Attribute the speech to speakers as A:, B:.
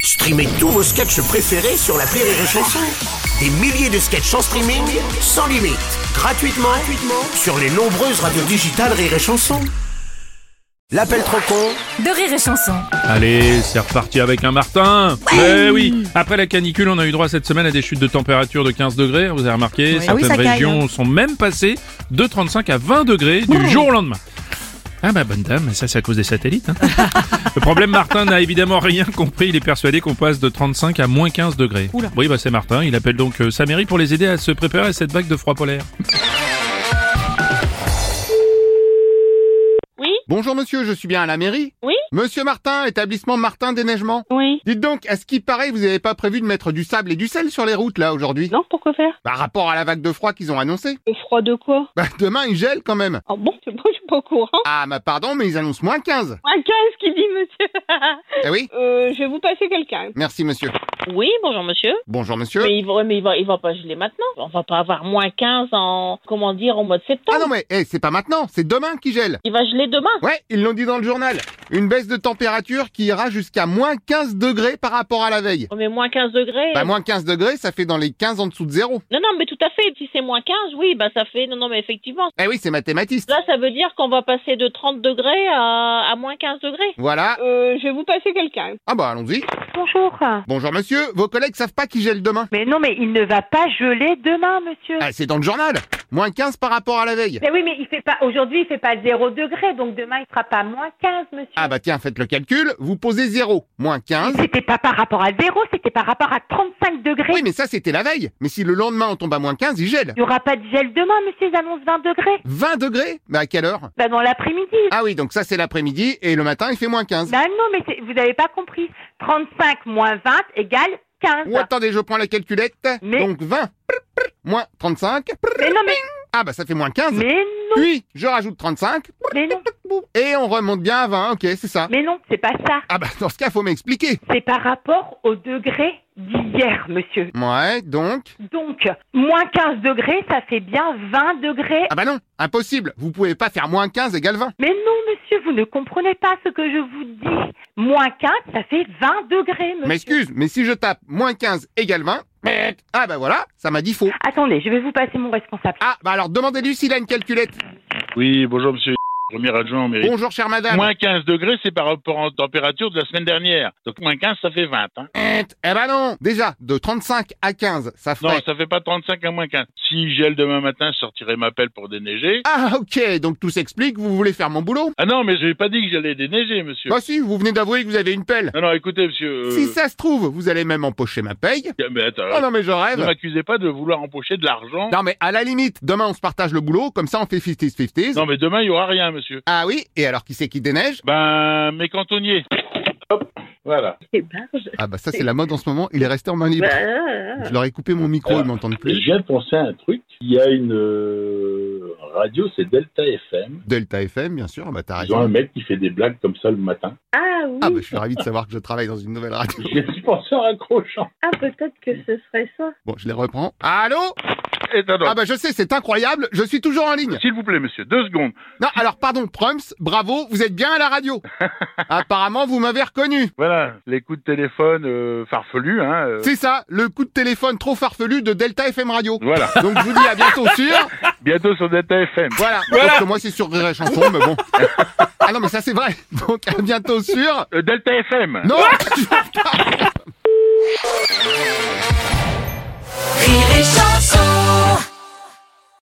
A: Streamez tous vos sketchs préférés sur la Rire et Chanson. Des milliers de sketchs en streaming, sans limite, gratuitement, gratuitement sur les nombreuses radios digitales Rire et Chanson. L'appel trop con
B: de rire et chanson.
C: Allez, c'est reparti avec un Martin Eh oui Après la canicule, on a eu droit cette semaine à des chutes de température de 15 degrés. Vous avez remarqué,
D: Ah oui,
C: certaines
D: ça caille,
C: régions sont même passées de 35 à 20 degrés du jour au lendemain. Ah bah bonne dame, ça c'est à cause des satellites. hein. Le problème, Martin n'a évidemment rien compris. Il est persuadé qu'on passe de 35 à moins 15 degrés. Oui, bah c'est Martin. Il appelle donc euh, sa mairie pour les aider à se préparer à cette vague de froid polaire.
E: Bonjour monsieur, je suis bien à la mairie
F: Oui.
E: Monsieur Martin, établissement Martin Déneigement.
F: Oui.
E: Dites donc, à ce qui paraît, vous n'avez pas prévu de mettre du sable et du sel sur les routes là aujourd'hui
F: Non, pourquoi faire
E: Bah rapport à la vague de froid qu'ils ont annoncée.
F: Le froid de quoi
E: Bah demain il gèle quand même.
F: Ah bon, moi je suis pas au courant.
E: Ah bah pardon, mais ils annoncent moins 15.
F: Un qu'est-ce qu'il dit, monsieur
E: Eh oui
F: euh, Je vais vous passer quelqu'un.
E: Merci monsieur.
G: Oui, bonjour monsieur.
E: Bonjour monsieur.
G: Mais il va, mais il va, il va pas geler maintenant. On va pas avoir moins 15 en, comment dire, au mois de septembre.
E: Ah non mais eh, c'est pas maintenant, c'est demain qui gèle.
G: Il va geler demain.
E: Ouais, ils l'ont dit dans le journal. Une baisse de température qui ira jusqu'à moins 15 degrés par rapport à la veille.
G: Mais moins 15 degrés.
F: Ben,
E: Bah moins 15 degrés, ça fait dans les 15 en dessous de zéro.
G: Non, non, mais tout à fait. Si c'est moins 15, oui, bah ça fait, non, non, mais effectivement.
E: Eh oui, c'est mathématiste.
G: Là, ça veut dire qu'on va passer de 30 degrés à, à moins 15 degrés.
E: Voilà.
F: Euh, je vais vous passer quelqu'un.
E: Ah bah allons-y.
H: Bonjour.
E: Bonjour monsieur, vos collègues savent pas qui gèle demain.
H: Mais non, mais il ne va pas geler demain, monsieur.
E: Ah, c'est dans le journal. Moins 15 par rapport à la veille.
H: Mais oui, mais il fait pas. Aujourd'hui, il fait pas 0 degré, donc demain, il fera pas moins 15, monsieur.
E: Ah bah tiens, faites le calcul, vous posez 0, moins 15.
H: C'était pas par rapport à 0, c'était par rapport à 35 degrés.
E: Oui, mais ça c'était la veille. Mais si le lendemain on tombe à moins 15, il gèle.
H: Il y aura pas de gel demain, monsieur. Ils annoncent 20 degrés.
E: 20 degrés Bah à quelle heure
H: Bah, dans l'après-midi.
E: Ah oui, donc ça c'est l'après-midi et le matin il fait moins 15.
H: Bah non, mais c'est- vous avez pas compris. 35 moins 20 égale 15.
E: Ou attendez, je prends la calculette.
H: Mais-
E: Donc 20, prr, prr, moins 35. prr.
H: Mais non, mais,
E: Ah bah ça fait moins 15.
H: mais non,
E: Puis je rajoute 35.
H: mais non,
E: Et on remonte bien à 20, ok, c'est ça.
H: mais non, c'est pas ça.
E: Ah bah dans ce cas faut m'expliquer.
H: C'est par rapport au degré d'hier, monsieur.
E: Ouais, donc...
H: Donc, moins 15 degrés, ça fait bien 20 degrés.
E: Ah bah non, impossible. Vous pouvez pas faire moins 15 égale 20.
H: Mais non, monsieur, vous ne comprenez pas ce que je vous dis. Moins 15, ça fait 20 degrés, monsieur.
E: Mais excuse, mais si je tape moins 15 égale 20, mec, ah bah voilà, ça m'a dit faux.
H: Attendez, je vais vous passer mon responsable.
E: Ah bah alors demandez-lui s'il a une calculette.
I: Oui, bonjour monsieur, premier adjoint au mairie.
E: Bonjour chère madame.
I: Moins 15 degrés, c'est par rapport aux températures de la semaine dernière. Donc moins 15, ça fait 20. Hein.
E: Eh bah non, déjà de 35 à 15, ça
I: Non,
E: ferait.
I: ça fait pas 35 à moins 15. Si gèle demain matin, je sortirai ma pelle pour déneiger.
E: Ah ok, donc tout s'explique, vous voulez faire mon boulot
I: Ah non, mais je n'ai pas dit que j'allais déneiger, monsieur.
E: Bah si, vous venez d'avouer que vous avez une pelle.
I: Non, non, écoutez, monsieur. euh,
E: Si ça se trouve, vous allez même empocher ma paye.
I: Mais attends,
E: Oh non mais je
I: ne
E: rêve.
I: m'accusez pas de vouloir empocher de l'argent.
E: Non mais à la limite, demain on se partage le boulot, comme ça on fait 50-50.
I: Non, mais demain, il y aura rien, monsieur.
E: Ah oui, et alors qui c'est qui déneige
I: Ben, mes cantonniers. Hop, voilà.
E: Ah bah ça c'est la mode en ce moment, il est resté en main libre. Je leur ai coupé mon micro, ils m'entendent
J: Et
E: plus.
J: je viens de penser à un truc. Il y a une euh, radio, c'est Delta FM.
E: Delta FM bien sûr, bah t'as
J: Ils ont un
E: raison.
J: mec qui fait des blagues comme ça le matin.
F: Ah oui,
E: Ah bah je suis ravi de savoir que je travaille dans une nouvelle radio.
J: J'ai pensé en raccrochant.
F: ah, peut-être que ce serait ça.
E: Bon, je les reprends. Allô
I: Et attends,
E: Ah bah je sais, c'est incroyable, je suis toujours en ligne.
I: S'il vous plaît, monsieur, deux secondes.
E: Non, alors pardon, Prums, bravo, vous êtes bien à la radio. Apparemment, vous m'avez reconnu.
I: Voilà, les coups de téléphone euh, farfelus, hein. euh,
E: C'est ça, le coup de téléphone trop farfelu de Delta FM Radio.
I: Voilà.
E: Donc je vous dis à bientôt sur...
I: Bientôt sur Delta FM.
E: Voilà. Parce que moi c'est sur Rire et Chanson, mais bon. Ah non, mais ça c'est vrai. Donc à bientôt sur...
I: Euh, Delta FM.
E: Non